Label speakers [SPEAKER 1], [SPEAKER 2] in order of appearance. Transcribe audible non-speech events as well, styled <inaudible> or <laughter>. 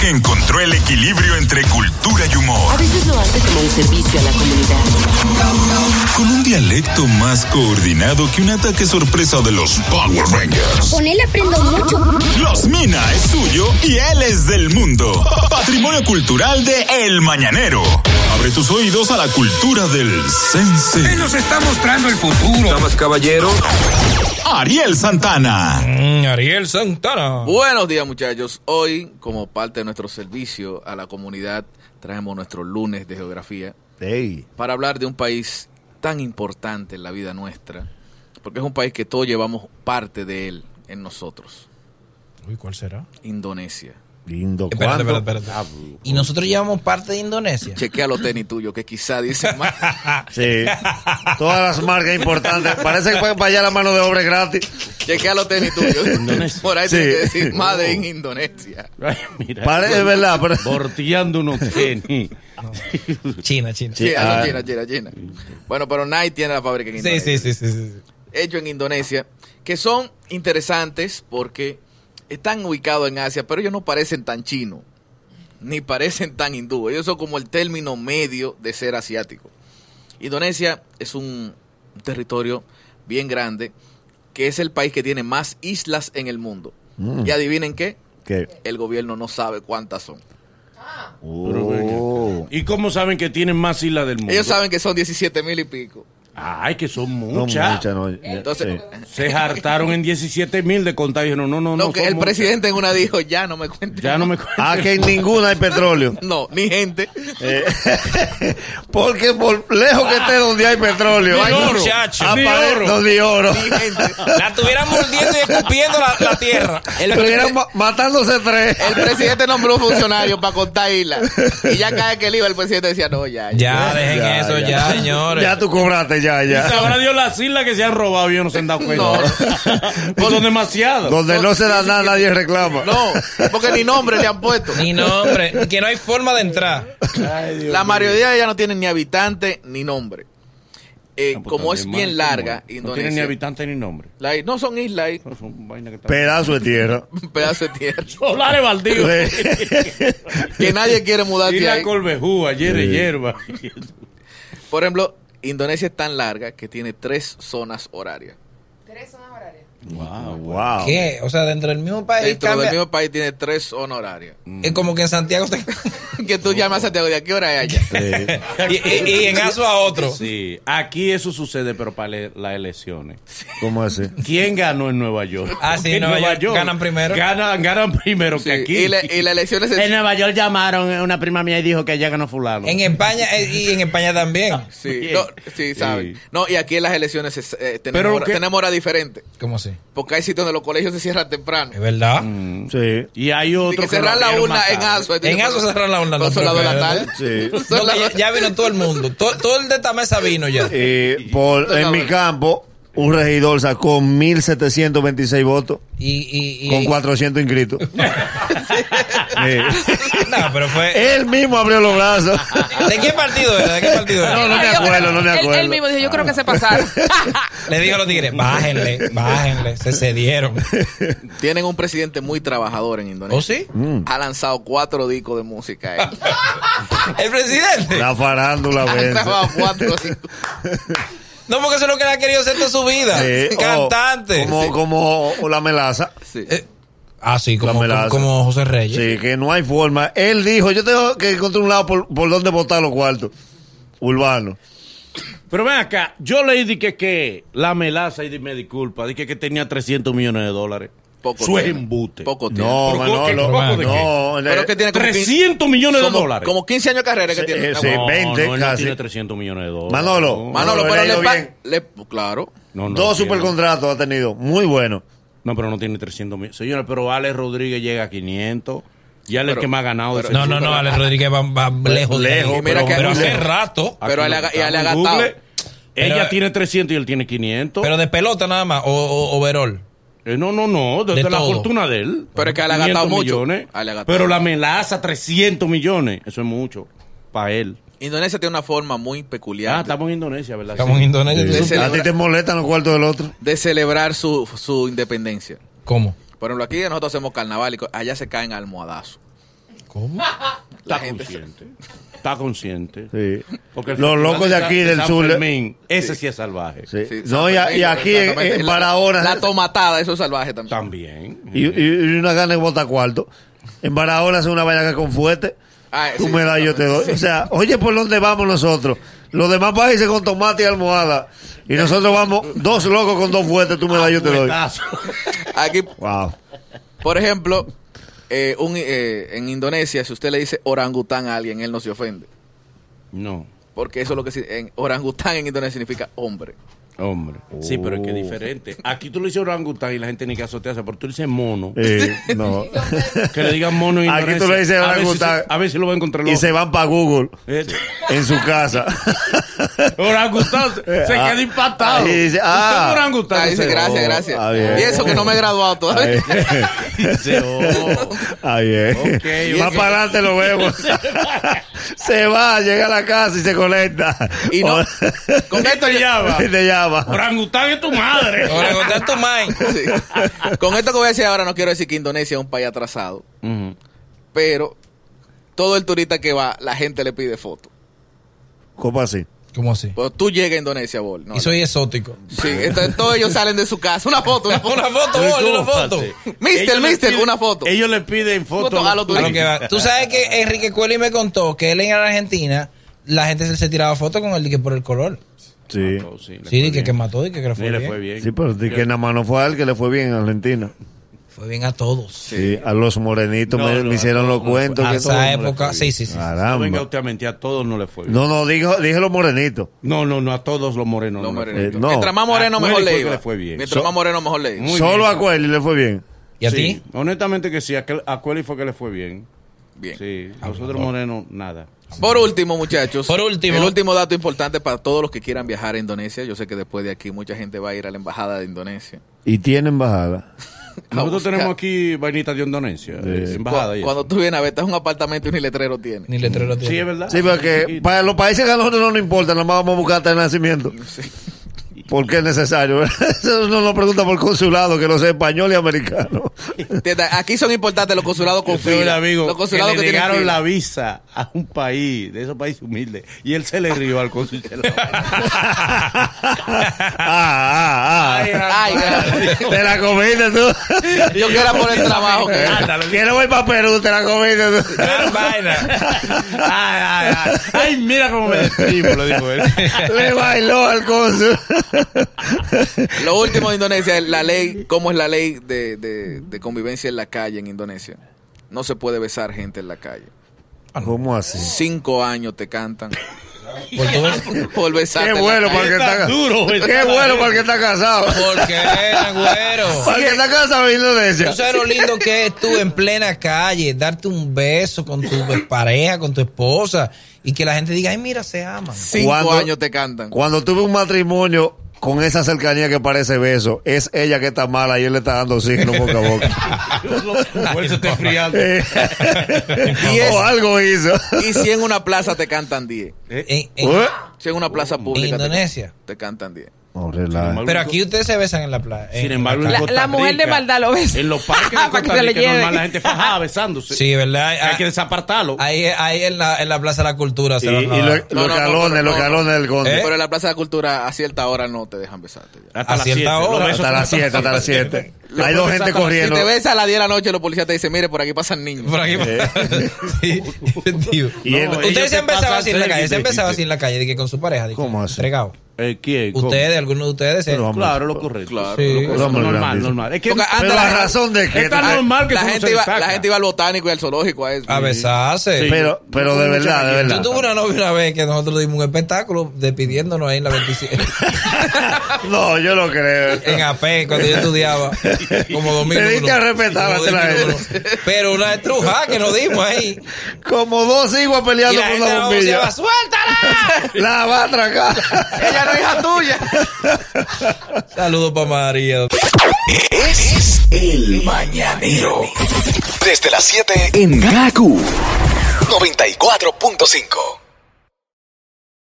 [SPEAKER 1] que encontró el equilibrio entre cultura y humor.
[SPEAKER 2] A veces lo hace como un servicio a la comunidad.
[SPEAKER 1] Con un dialecto más coordinado que un ataque sorpresa de los Power Rangers.
[SPEAKER 3] Con él aprendo mucho.
[SPEAKER 1] Los Mina es suyo y él es del mundo. Patrimonio cultural de El Mañanero. Abre tus oídos a la cultura del sense.
[SPEAKER 4] Él nos está mostrando el futuro.
[SPEAKER 5] Damas, caballeros.
[SPEAKER 1] Ariel Santana.
[SPEAKER 4] Mm, Ariel Santana.
[SPEAKER 6] Buenos días, muchachos. Hoy, como parte de nuestro servicio a la comunidad, traemos nuestro lunes de geografía
[SPEAKER 7] Ey.
[SPEAKER 6] para hablar de un país tan importante en la vida nuestra, porque es un país que todos llevamos parte de él en nosotros.
[SPEAKER 4] Uy, ¿cuál será?
[SPEAKER 7] <laughs>
[SPEAKER 6] Indonesia.
[SPEAKER 7] Lindo.
[SPEAKER 4] Espérate,
[SPEAKER 7] ¿cuándo?
[SPEAKER 4] espérate, espérate.
[SPEAKER 7] Ah,
[SPEAKER 8] Y nosotros llevamos parte de
[SPEAKER 6] <laughs>
[SPEAKER 8] Indonesia.
[SPEAKER 6] Chequea los tenis tuyos, que quizá dicen más.
[SPEAKER 7] <laughs>
[SPEAKER 6] <laughs>
[SPEAKER 7] Sí. Todas las marcas importantes. Parece que pueden allá la mano de obra es gratis.
[SPEAKER 6] Chequea los tenis tuyos. Por ahí
[SPEAKER 7] Sí.
[SPEAKER 6] tiene que decir
[SPEAKER 7] <laughs>
[SPEAKER 6] Made in Indonesia.
[SPEAKER 9] Ay, mira.
[SPEAKER 7] Parece, es verdad. Pero...
[SPEAKER 9] Bortillando unos tenis.
[SPEAKER 8] China, China.
[SPEAKER 7] Sí,
[SPEAKER 6] Llena,
[SPEAKER 7] ah.
[SPEAKER 6] llena, llena, llena. Bueno, pero Nike tiene la fábrica en
[SPEAKER 8] Sí,
[SPEAKER 6] Indonesia.
[SPEAKER 8] sí, sí, sí, sí.
[SPEAKER 6] Hecho en Indonesia, que son interesantes porque están ubicados en Asia, pero ellos no parecen tan chinos, ni parecen tan hindú. Ellos son como el término medio de ser asiático. Indonesia es un territorio bien grande, que es el país que tiene más islas en el mundo. Y adivinen qué,
[SPEAKER 7] ¿Qué?
[SPEAKER 6] el gobierno no sabe cuántas son.
[SPEAKER 7] Oh.
[SPEAKER 9] ¿Y cómo saben que tienen más islas del mundo?
[SPEAKER 6] Ellos saben que son 17 mil y pico.
[SPEAKER 9] Ay, que son
[SPEAKER 7] No,
[SPEAKER 9] muchas.
[SPEAKER 7] mucha, no, ya,
[SPEAKER 6] Entonces,
[SPEAKER 7] sí.
[SPEAKER 9] Se hartaron en 17 mil de contagios. No, no, no.
[SPEAKER 6] No,
[SPEAKER 9] no
[SPEAKER 6] que
[SPEAKER 9] son
[SPEAKER 6] el
[SPEAKER 9] muchas.
[SPEAKER 6] presidente en una dijo, ya no me cuentes.
[SPEAKER 9] Ya no me
[SPEAKER 7] Ah, que en ninguna hay petróleo. <laughs>
[SPEAKER 6] No, ni gente.
[SPEAKER 7] Eh, porque por lejos que esté donde hay petróleo,
[SPEAKER 4] Ni
[SPEAKER 7] hay
[SPEAKER 4] oro,
[SPEAKER 7] oro.
[SPEAKER 4] muchacho,
[SPEAKER 7] Apare-
[SPEAKER 9] ni oro.
[SPEAKER 7] no, ni oro.
[SPEAKER 6] Ni gente.
[SPEAKER 8] La estuvieran mordiendo y escupiendo la, la tierra. El
[SPEAKER 7] Estuvieran ma- matándose tres.
[SPEAKER 6] El presidente nombró un funcionario para contar islas. Y ya cada vez que él iba, el presidente decía, no, ya.
[SPEAKER 8] Ya, dejen
[SPEAKER 7] Ya,
[SPEAKER 8] eso, ya,
[SPEAKER 7] ya.
[SPEAKER 8] señores.
[SPEAKER 7] Ya tú cobraste, ya, ya.
[SPEAKER 9] Sabrá Dios las islas que se han robado y ellos no se han dado cuenta.
[SPEAKER 6] No. <laughs>
[SPEAKER 9] Pues son demasiadas.
[SPEAKER 7] Donde no se da
[SPEAKER 6] Sí,
[SPEAKER 7] nada,
[SPEAKER 6] sí,
[SPEAKER 7] nadie reclama.
[SPEAKER 6] No, porque ni nombre le han puesto.
[SPEAKER 8] Ni nombre, que no hay forma de entrar.
[SPEAKER 6] La mayoría de ellas no tienen ni habitante ni nombre. Eh,
[SPEAKER 9] No, pues
[SPEAKER 6] como
[SPEAKER 9] también
[SPEAKER 6] es
[SPEAKER 9] mal,
[SPEAKER 6] bien
[SPEAKER 9] ¿cómo?
[SPEAKER 6] larga,
[SPEAKER 9] No tienen ni
[SPEAKER 6] Indonesia.
[SPEAKER 9] habitantes ni nombre.
[SPEAKER 6] la is- No, son islas, ahí,
[SPEAKER 9] Son- son vainas que están-
[SPEAKER 7] Pedazo de <laughs> tierra.
[SPEAKER 6] <laughs> un pedazo de tierra.
[SPEAKER 9] Solares baldíos. <laughs>
[SPEAKER 6] Que nadie quiere mudarse
[SPEAKER 9] Isla
[SPEAKER 6] ahí.
[SPEAKER 9] Colbejú, ayer y hierba. <laughs>
[SPEAKER 6] Por ejemplo, Indonesia es tan larga que tiene tres zonas horarias.
[SPEAKER 9] wow,
[SPEAKER 7] wow.
[SPEAKER 8] ¿Qué? O sea, dentro del mismo país
[SPEAKER 6] Dentro
[SPEAKER 8] cambia.
[SPEAKER 6] del mismo país tiene tres zonas
[SPEAKER 9] <laughs>
[SPEAKER 6] horarias.
[SPEAKER 8] Es como que en Santiago te-
[SPEAKER 6] Que tú llamas a Santiago, ¿de a qué hora es allá?
[SPEAKER 7] Eh,
[SPEAKER 8] y, y- y en Aso a otro.
[SPEAKER 9] Sí, aquí eso sucede, pero para le- las elecciones.
[SPEAKER 7] ¿Cómo así?
[SPEAKER 9] ¿Quién ganó en Nueva York?
[SPEAKER 8] Ah, sí, en Nueva York ganan primero.
[SPEAKER 9] Ganan, ganan primero
[SPEAKER 6] Sí,
[SPEAKER 9] que aquí.
[SPEAKER 6] Y, la,
[SPEAKER 9] <laughs>
[SPEAKER 6] y las elecciones se-
[SPEAKER 9] En Nueva York llamaron eh, una prima mía y dijo que allá ganó fulano.
[SPEAKER 8] En España eh, y en España también.
[SPEAKER 6] Sí, no, sí, saben.
[SPEAKER 9] Sí.
[SPEAKER 6] No, y aquí en las elecciones es- eh, tenemos,
[SPEAKER 9] Pero lo
[SPEAKER 6] hora,
[SPEAKER 9] que-
[SPEAKER 6] tenemos hora diferente.
[SPEAKER 8] ¿Cómo así?
[SPEAKER 6] Porque hay sitios donde los colegios se cierran temprano.
[SPEAKER 8] Es verdad.
[SPEAKER 7] Sí.
[SPEAKER 9] Y hay
[SPEAKER 6] Y
[SPEAKER 9] otro
[SPEAKER 6] que cerrar
[SPEAKER 9] lo
[SPEAKER 6] la
[SPEAKER 9] abrieron
[SPEAKER 6] urna
[SPEAKER 9] más
[SPEAKER 6] en
[SPEAKER 9] tarde.
[SPEAKER 6] ASO.
[SPEAKER 8] En ASO cerraron la urna, no,
[SPEAKER 6] Con las dos de la
[SPEAKER 8] pero-
[SPEAKER 6] tarde.
[SPEAKER 7] Sí.
[SPEAKER 6] <laughs> Son
[SPEAKER 8] No,
[SPEAKER 6] las
[SPEAKER 8] que ya,
[SPEAKER 6] dos-
[SPEAKER 8] ya vino todo el mundo. To- todo el de esta mesa vino ya.
[SPEAKER 7] Eh, por, en mi campo, un regidor sacó 1.726 votos
[SPEAKER 8] Y, y, y-
[SPEAKER 7] con 400 <laughs> inscritos. Sí.
[SPEAKER 8] No, pero fue.
[SPEAKER 7] Él mismo abrió los brazos.
[SPEAKER 8] ¿De qué partido era? ¿De qué partido era?
[SPEAKER 7] No, no me
[SPEAKER 10] Ay, yo
[SPEAKER 7] acuerdo,
[SPEAKER 10] creo-
[SPEAKER 7] no me
[SPEAKER 10] él-
[SPEAKER 7] acuerdo.
[SPEAKER 10] Él, mismo dijo, yo creo que se pasaron.
[SPEAKER 8] Le dijo a los tigres, bájenle, bájenle, se cedieron.
[SPEAKER 6] Tienen un presidente muy trabajador en Indonesia.
[SPEAKER 8] ¿O sí?
[SPEAKER 9] Mm.
[SPEAKER 6] Ha lanzado cuatro discos de
[SPEAKER 9] <laughs>
[SPEAKER 6] música. eh.
[SPEAKER 9] Ah,
[SPEAKER 8] El presidente.
[SPEAKER 7] La farándula
[SPEAKER 6] Ha
[SPEAKER 7] vence.
[SPEAKER 6] grabado cuatro
[SPEAKER 9] <laughs>
[SPEAKER 6] discos.
[SPEAKER 8] No, porque eso es lo que él ha querido hacer toda su vida.
[SPEAKER 7] Sí, o
[SPEAKER 8] Cantante.
[SPEAKER 7] Como, como la melaza.
[SPEAKER 6] Sí.
[SPEAKER 8] Eh, ah, sí, como,
[SPEAKER 7] La melaza.
[SPEAKER 8] como, como José Reyes.
[SPEAKER 7] Sí, que no hay forma. Él dijo, yo tengo que encontrar un lado por, por donde botar los cuartos. Urbano.
[SPEAKER 9] Pero ven acá, yo leí di que, que la melaza y di- me disculpa, dije que, que tenía 300 millones de dólares.
[SPEAKER 6] Poco
[SPEAKER 9] Su
[SPEAKER 6] tiene.
[SPEAKER 9] embute.
[SPEAKER 6] Poco tiene.
[SPEAKER 7] No,
[SPEAKER 9] ¿Pero cómo que-
[SPEAKER 7] Manolo,
[SPEAKER 9] cómo de qué?
[SPEAKER 7] no.
[SPEAKER 6] Pero que tiene como quin-
[SPEAKER 9] 300 millones de
[SPEAKER 6] somos-
[SPEAKER 9] dólares. eh,
[SPEAKER 6] Como 15 años de carrera que
[SPEAKER 7] Sí,
[SPEAKER 6] tiene.
[SPEAKER 7] sí.
[SPEAKER 6] No,
[SPEAKER 9] No,
[SPEAKER 7] 20
[SPEAKER 9] no, él
[SPEAKER 7] casi.
[SPEAKER 9] no tiene 300 millones de dólares.
[SPEAKER 7] Manolo,
[SPEAKER 9] No,
[SPEAKER 6] Manolo,
[SPEAKER 7] Manolo,
[SPEAKER 6] pero
[SPEAKER 7] le ha
[SPEAKER 6] le,
[SPEAKER 7] ido
[SPEAKER 6] pa-
[SPEAKER 7] bien.
[SPEAKER 6] le- Claro.
[SPEAKER 9] no, no
[SPEAKER 7] Dos
[SPEAKER 9] tiene.
[SPEAKER 7] supercontratos ha tenido. Muy bueno.
[SPEAKER 9] No, pero no tiene 300 millones. Señores, pero Alex Rodríguez llega a 500. Ya él es el
[SPEAKER 6] Pero-
[SPEAKER 9] que más ha ganado. de
[SPEAKER 6] pero-
[SPEAKER 9] ese
[SPEAKER 8] No, no, no,
[SPEAKER 9] grupo.
[SPEAKER 8] Alex Rodríguez va, va lejos. de ahí.
[SPEAKER 7] Lejos,
[SPEAKER 6] Y mira
[SPEAKER 7] pero
[SPEAKER 6] que-
[SPEAKER 8] pero
[SPEAKER 7] muy
[SPEAKER 8] hace
[SPEAKER 7] lejos.
[SPEAKER 8] rato.
[SPEAKER 6] Pero
[SPEAKER 9] Aquí
[SPEAKER 6] él
[SPEAKER 9] lo
[SPEAKER 6] ha ga- y él ha
[SPEAKER 9] buscamos en
[SPEAKER 6] gastado.
[SPEAKER 9] Google. Ella
[SPEAKER 8] Pero-
[SPEAKER 9] tiene 300 y él tiene 500.
[SPEAKER 8] Pero de pelota nada más, o, o overall.
[SPEAKER 9] Eh, no, no, no, desde
[SPEAKER 8] De
[SPEAKER 9] la
[SPEAKER 8] todo.
[SPEAKER 9] fortuna de él.
[SPEAKER 6] Pero es que él ha gastado
[SPEAKER 9] 500
[SPEAKER 6] mucho.
[SPEAKER 9] millones.
[SPEAKER 6] Ah, le ha gastado.
[SPEAKER 9] pero la melaza, 300 millones. Eso es mucho para él.
[SPEAKER 6] Indonesia tiene una forma muy peculiar.
[SPEAKER 9] Ah,
[SPEAKER 6] de-
[SPEAKER 9] estamos en Indonesia, ¿verdad?
[SPEAKER 8] Estamos en
[SPEAKER 9] Sí.
[SPEAKER 8] Indonesia.
[SPEAKER 6] Sí.
[SPEAKER 8] entonces-
[SPEAKER 7] A ti te molestan los cuartos del otro.
[SPEAKER 6] de celebrar su, su independencia.
[SPEAKER 8] ¿Cómo?
[SPEAKER 6] Por ejemplo, aquí nosotros hacemos carnaval y co- allá se caen almohadazo.
[SPEAKER 4] ¿Cómo?
[SPEAKER 9] Está
[SPEAKER 6] gente se-
[SPEAKER 9] consciente. Está consciente.
[SPEAKER 7] Sí.
[SPEAKER 9] Porque el
[SPEAKER 7] Los
[SPEAKER 9] festival
[SPEAKER 7] locos de
[SPEAKER 9] San-
[SPEAKER 7] aquí del
[SPEAKER 9] San
[SPEAKER 7] sur.
[SPEAKER 9] Fermín, ese sí es salvaje.
[SPEAKER 7] Sí.
[SPEAKER 6] Sí,
[SPEAKER 7] no,
[SPEAKER 6] San
[SPEAKER 7] y, a-
[SPEAKER 6] Fermín,
[SPEAKER 7] y aquí en,
[SPEAKER 6] exactamente.
[SPEAKER 7] en
[SPEAKER 6] La-
[SPEAKER 7] Barahona.
[SPEAKER 6] La tomatada, eso es salvaje también.
[SPEAKER 9] También.
[SPEAKER 7] y, y- y una gana de botar cuarto. En Barahona hace una vallaca con fuerte.
[SPEAKER 6] Ah,
[SPEAKER 7] Tú
[SPEAKER 6] sí,
[SPEAKER 7] me das, yo te doy. O sea, oye, ¿por dónde vamos nosotros? Los demás países con tomate y almohada. Y nosotros vamos dos locos con dos fuertes. Tú me das, yo te doy. <laughs>
[SPEAKER 9] Puetazo.
[SPEAKER 6] Aquí,
[SPEAKER 7] Wow.
[SPEAKER 6] por ejemplo, eh, un, eh, en Indonesia, si usted le dice orangután a alguien, él no se ofende.
[SPEAKER 9] No,
[SPEAKER 6] Porque eso es lo que si- en orangután en Indonesia significa hombre.
[SPEAKER 9] hombre. Sí, pero es
[SPEAKER 7] Oh.
[SPEAKER 9] que es diferente. Aquí tú le dices orangután y la gente ni caso te hace, pero tú le dices mono.
[SPEAKER 7] Eh,
[SPEAKER 6] <laughs>
[SPEAKER 7] no.
[SPEAKER 9] Que le digan mono y
[SPEAKER 7] Aquí tú le dices orangután.
[SPEAKER 9] A ver si lo va a encontrar.
[SPEAKER 7] y
[SPEAKER 9] loco.
[SPEAKER 7] se van para Google
[SPEAKER 9] Eh, <laughs>
[SPEAKER 7] en su casa.
[SPEAKER 9] Orangután se se
[SPEAKER 7] Ah.
[SPEAKER 9] queda impactado.
[SPEAKER 7] Ahí dice,
[SPEAKER 9] Usted
[SPEAKER 7] ah.
[SPEAKER 9] es orangután.
[SPEAKER 6] Ah, dice,
[SPEAKER 9] dice,
[SPEAKER 6] gracias,
[SPEAKER 9] oh.
[SPEAKER 6] gracias.
[SPEAKER 7] ah, bien.
[SPEAKER 6] Y eso que no me he graduado todavía. <laughs>
[SPEAKER 9] Dice, oh.
[SPEAKER 7] Ahí es.
[SPEAKER 9] Ok,
[SPEAKER 7] eh. Más
[SPEAKER 9] ok.
[SPEAKER 7] para adelante lo vemos. <laughs> se va, llega a la casa y se conecta. <laughs>
[SPEAKER 6] Y no.
[SPEAKER 9] ¿Con qué te
[SPEAKER 6] <laughs>
[SPEAKER 9] llama?
[SPEAKER 7] Y te llama.
[SPEAKER 9] Orangután es tu madre.
[SPEAKER 8] Ahora con tanto mind.
[SPEAKER 6] Sí. Con esto que voy a decir ahora, no quiero decir que Indonesia es un país atrasado, pero todo el turista que va, la gente le pide foto.
[SPEAKER 7] ¿Cómo así?
[SPEAKER 4] ¿Cómo así?
[SPEAKER 6] Pero Pues tú llegas a Indonesia, Bol. No,
[SPEAKER 8] Y soy exótico.
[SPEAKER 6] Sí, entonces todos ellos salen de su casa. Una foto,
[SPEAKER 9] <laughs>
[SPEAKER 6] una foto.
[SPEAKER 8] Una foto,
[SPEAKER 9] Pero
[SPEAKER 8] bol,
[SPEAKER 9] ¿cómo
[SPEAKER 8] una foto.
[SPEAKER 9] hace?
[SPEAKER 6] <laughs> Mister,
[SPEAKER 9] Ellos le
[SPEAKER 6] mister, una foto.
[SPEAKER 9] Ellos le piden fotos
[SPEAKER 6] Foto a los
[SPEAKER 8] A lo que va. Tú sabes que Enrique Cueli me contó que él en Argentina la gente se, se tiraba fotos con él dije, por el color.
[SPEAKER 7] Sí.
[SPEAKER 9] Oh, Sí, le
[SPEAKER 8] Sí,
[SPEAKER 9] fue
[SPEAKER 8] dije, que
[SPEAKER 9] bien.
[SPEAKER 8] mató, dije, que le fue
[SPEAKER 9] Ah, Sí, le
[SPEAKER 8] bien.
[SPEAKER 9] fue bien.
[SPEAKER 7] Sí, pero di que nada más no fue a él que le fue bien en Argentina.
[SPEAKER 8] Fue bien a todos.
[SPEAKER 7] Sí, a los morenitos
[SPEAKER 9] No,
[SPEAKER 7] me,
[SPEAKER 9] no,
[SPEAKER 7] me hicieron
[SPEAKER 9] no,
[SPEAKER 7] los
[SPEAKER 9] no,
[SPEAKER 7] cuentos.
[SPEAKER 8] A
[SPEAKER 7] que todo-
[SPEAKER 8] esa época, sí, sí, sí. sí.
[SPEAKER 9] No venga
[SPEAKER 7] Caramba.
[SPEAKER 9] usted a mentir, a todos no le fue bien.
[SPEAKER 7] No, no, dijo, dije los morenitos.
[SPEAKER 9] No, no, no, a todos los morenos.
[SPEAKER 6] Los
[SPEAKER 9] no le fue
[SPEAKER 6] morenitos.
[SPEAKER 7] Eh, no.
[SPEAKER 6] Mientras más moreno,
[SPEAKER 9] A Cueli
[SPEAKER 6] mejor
[SPEAKER 9] fue
[SPEAKER 6] le
[SPEAKER 9] que
[SPEAKER 6] iba.
[SPEAKER 9] le fue bien.
[SPEAKER 6] Mientras
[SPEAKER 9] So-
[SPEAKER 6] más moreno, mejor le iba.
[SPEAKER 9] Muy
[SPEAKER 7] Solo
[SPEAKER 9] bien.
[SPEAKER 7] a Cueli le fue bien.
[SPEAKER 8] ¿Y a
[SPEAKER 9] Sí,
[SPEAKER 8] ti?
[SPEAKER 9] Honestamente que sí, aquel- a Cueli fue que le fue bien.
[SPEAKER 6] Bien.
[SPEAKER 9] Sí, a nosotros morenos, nada.
[SPEAKER 6] Por último, muchachos.
[SPEAKER 8] Por último.
[SPEAKER 6] El último dato importante para todos los que quieran viajar a Indonesia. Yo sé que después de aquí mucha gente va a ir a la embajada de Indonesia.
[SPEAKER 7] Y tiene embajada.
[SPEAKER 6] A
[SPEAKER 9] Nosotros
[SPEAKER 6] buscar-
[SPEAKER 9] tenemos aquí vainitas de Indonesia, eh,
[SPEAKER 6] Cu-
[SPEAKER 9] embajada. y eso.
[SPEAKER 6] Cuando tú vienes a ver, estás en un apartamento y ni letrero
[SPEAKER 9] <laughs>
[SPEAKER 6] tiene.
[SPEAKER 8] Ni letrero tiene.
[SPEAKER 9] Sí, es verdad.
[SPEAKER 7] Sí, porque
[SPEAKER 9] Y-
[SPEAKER 7] para los países que a nosotros no nos importa, nada más vamos a buscar hasta el nacimiento. Porque es necesario. <laughs> Eso no nos pregunta por consulado, que los españoles y americanos.
[SPEAKER 6] Te da- Aquí son importantes los consulados
[SPEAKER 9] Yo
[SPEAKER 6] con
[SPEAKER 9] tengo un
[SPEAKER 6] fila.
[SPEAKER 9] amigo
[SPEAKER 6] los
[SPEAKER 9] que
[SPEAKER 6] consulados
[SPEAKER 9] le
[SPEAKER 6] que, tienen
[SPEAKER 9] negaron
[SPEAKER 6] fila.
[SPEAKER 9] la visa a un país, de esos países humildes, y él se le rió al consulado.
[SPEAKER 7] ah, ah, ah.
[SPEAKER 6] Ay, gracias.
[SPEAKER 7] Te la comiste tú.
[SPEAKER 6] Yo quiero por el trabajo
[SPEAKER 7] <laughs>
[SPEAKER 6] que
[SPEAKER 7] Quiero voy para Perú, te la comiste tú.
[SPEAKER 8] Gran vaina.
[SPEAKER 9] ay, <laughs> ay, ay. Ay, mira cómo me deprimo, le dijo él.
[SPEAKER 7] Le bailó al cónsul.
[SPEAKER 6] Lo último de Indonesia es la ley, cómo es la ley de, de- de convivencia en la calle en Indonesia. No se puede besar gente en la calle.
[SPEAKER 7] ¿Cómo así?
[SPEAKER 6] Cinco años te cantan <laughs>
[SPEAKER 8] Por tu-
[SPEAKER 6] por besarte.
[SPEAKER 7] Qué
[SPEAKER 6] en
[SPEAKER 7] bueno
[SPEAKER 6] la calle.
[SPEAKER 7] para el que
[SPEAKER 9] Está
[SPEAKER 7] está
[SPEAKER 9] duro, güey.
[SPEAKER 7] Qué bueno para el que está casado.
[SPEAKER 8] ¿Por qué, agüero?
[SPEAKER 7] Para el que está casado en Indonesia.
[SPEAKER 8] Tú sabes lo lindo que es tú en plena calle, darte un beso con tu pareja, con tu esposa, y que la gente diga, ay, mira, se aman.
[SPEAKER 6] Cinco
[SPEAKER 7] ¿Cuándo?
[SPEAKER 6] años te cantan.
[SPEAKER 7] Cuando tuve un matrimonio con esa cercanía que parece beso, es ella que está mala y él le está dando oxígeno boca a boca. <laughs>
[SPEAKER 9] Por eso está enfriando.
[SPEAKER 7] Eh,
[SPEAKER 6] <laughs> Y es-
[SPEAKER 7] o algo hizo.
[SPEAKER 6] Y si en una plaza te cantan diez.
[SPEAKER 8] En, en-
[SPEAKER 7] Eh,
[SPEAKER 6] Si en una plaza pública
[SPEAKER 8] en
[SPEAKER 6] te-
[SPEAKER 8] Indonesia.
[SPEAKER 6] te cantan diez.
[SPEAKER 7] No, relaja.
[SPEAKER 8] Pero aquí ustedes se besan en la playa.
[SPEAKER 9] Sin embargo, en
[SPEAKER 3] La-
[SPEAKER 9] Costa
[SPEAKER 3] la mujer de
[SPEAKER 9] Rica,
[SPEAKER 3] maldad lo besa.
[SPEAKER 9] En los parques
[SPEAKER 3] <laughs>
[SPEAKER 9] de
[SPEAKER 3] Para que
[SPEAKER 9] Costa
[SPEAKER 3] se le
[SPEAKER 9] Rica
[SPEAKER 3] lleven.
[SPEAKER 9] normal la gente fajada besándose.
[SPEAKER 8] sí, ¿verdad?
[SPEAKER 9] Hay que
[SPEAKER 8] Ah,
[SPEAKER 9] desapartarlo.
[SPEAKER 8] Ahí, ahí en, la, en la Plaza de la Cultura
[SPEAKER 7] Y,
[SPEAKER 8] se van a
[SPEAKER 7] y lo-
[SPEAKER 8] dar.
[SPEAKER 7] los
[SPEAKER 6] no, no,
[SPEAKER 7] calones,
[SPEAKER 6] no,
[SPEAKER 7] los
[SPEAKER 6] no.
[SPEAKER 7] calones del conde.
[SPEAKER 8] ¿Eh?
[SPEAKER 6] Pero en la Plaza de la Cultura a cierta hora no te dejan besarte. ya.
[SPEAKER 9] Hasta
[SPEAKER 8] a
[SPEAKER 9] las
[SPEAKER 8] cierta
[SPEAKER 9] siete. Los
[SPEAKER 8] hora.
[SPEAKER 9] besos
[SPEAKER 7] Hasta
[SPEAKER 9] son
[SPEAKER 7] las 7, hasta las 7. Hay dos gente
[SPEAKER 6] Si
[SPEAKER 7] corriendo.
[SPEAKER 6] te besas a las 10 de la noche, los policías te dicen, mire, por aquí pasan niños.
[SPEAKER 8] Por aquí. <laughs> Sí, tío.
[SPEAKER 7] Eh. Y
[SPEAKER 9] No,
[SPEAKER 7] él-
[SPEAKER 9] ellos
[SPEAKER 8] Ustedes se
[SPEAKER 9] te
[SPEAKER 8] han besado
[SPEAKER 9] pasan
[SPEAKER 8] así en la
[SPEAKER 9] cerca y
[SPEAKER 8] calle, se
[SPEAKER 9] te-
[SPEAKER 8] han besado
[SPEAKER 9] y
[SPEAKER 8] así
[SPEAKER 9] te-
[SPEAKER 8] en la calle, de que con su pareja, de que
[SPEAKER 7] ¿Cómo así?
[SPEAKER 8] entregado.
[SPEAKER 9] Eh, ¿Quién? ¿Cómo?
[SPEAKER 8] Ustedes, alguno de ustedes. eh.
[SPEAKER 7] Pero-
[SPEAKER 9] Claro, lo correcto.
[SPEAKER 6] Claro.
[SPEAKER 8] Sí.
[SPEAKER 9] Lo correcto.
[SPEAKER 7] Hombre,
[SPEAKER 9] normal,
[SPEAKER 7] grandísimo.
[SPEAKER 9] normal. Es que
[SPEAKER 6] Porque antes
[SPEAKER 7] Pero
[SPEAKER 6] la
[SPEAKER 7] a
[SPEAKER 6] gente-
[SPEAKER 7] razón de que.
[SPEAKER 9] está normal que
[SPEAKER 6] la,
[SPEAKER 9] eso no
[SPEAKER 6] gente
[SPEAKER 9] se
[SPEAKER 6] iba,
[SPEAKER 9] destaca.
[SPEAKER 6] la gente iba al botánico y al zoológico a eso.
[SPEAKER 8] A besarse.
[SPEAKER 9] Sí.
[SPEAKER 7] Pero, pero de verdad, de
[SPEAKER 8] Yo
[SPEAKER 7] verdad.
[SPEAKER 8] tuve una novia una vez que nosotros dimos un espectáculo despidiéndonos ahí en la 27.
[SPEAKER 7] <laughs> No, yo no creo.
[SPEAKER 8] <laughs> en AP, cuando yo estudiaba. Como dos mil
[SPEAKER 7] Te diste
[SPEAKER 8] uno.
[SPEAKER 7] a respetar eh.
[SPEAKER 8] Como
[SPEAKER 7] ante la
[SPEAKER 8] 2001.
[SPEAKER 7] gente.
[SPEAKER 8] Pero una estrujada que nos dimos
[SPEAKER 7] <laughs>
[SPEAKER 8] ahí.
[SPEAKER 7] Como dos hijos
[SPEAKER 8] Y
[SPEAKER 7] peleando
[SPEAKER 8] la
[SPEAKER 7] por
[SPEAKER 8] gente
[SPEAKER 7] una
[SPEAKER 8] la boceaba,
[SPEAKER 7] bombilla.
[SPEAKER 8] ¡suéltala!
[SPEAKER 7] La va a atracar.
[SPEAKER 6] Ella no es hija
[SPEAKER 8] <laughs>
[SPEAKER 6] tuya.
[SPEAKER 8] Saludos para María.
[SPEAKER 1] Es el mañanero. Desde las 7 en Gaku 94.5.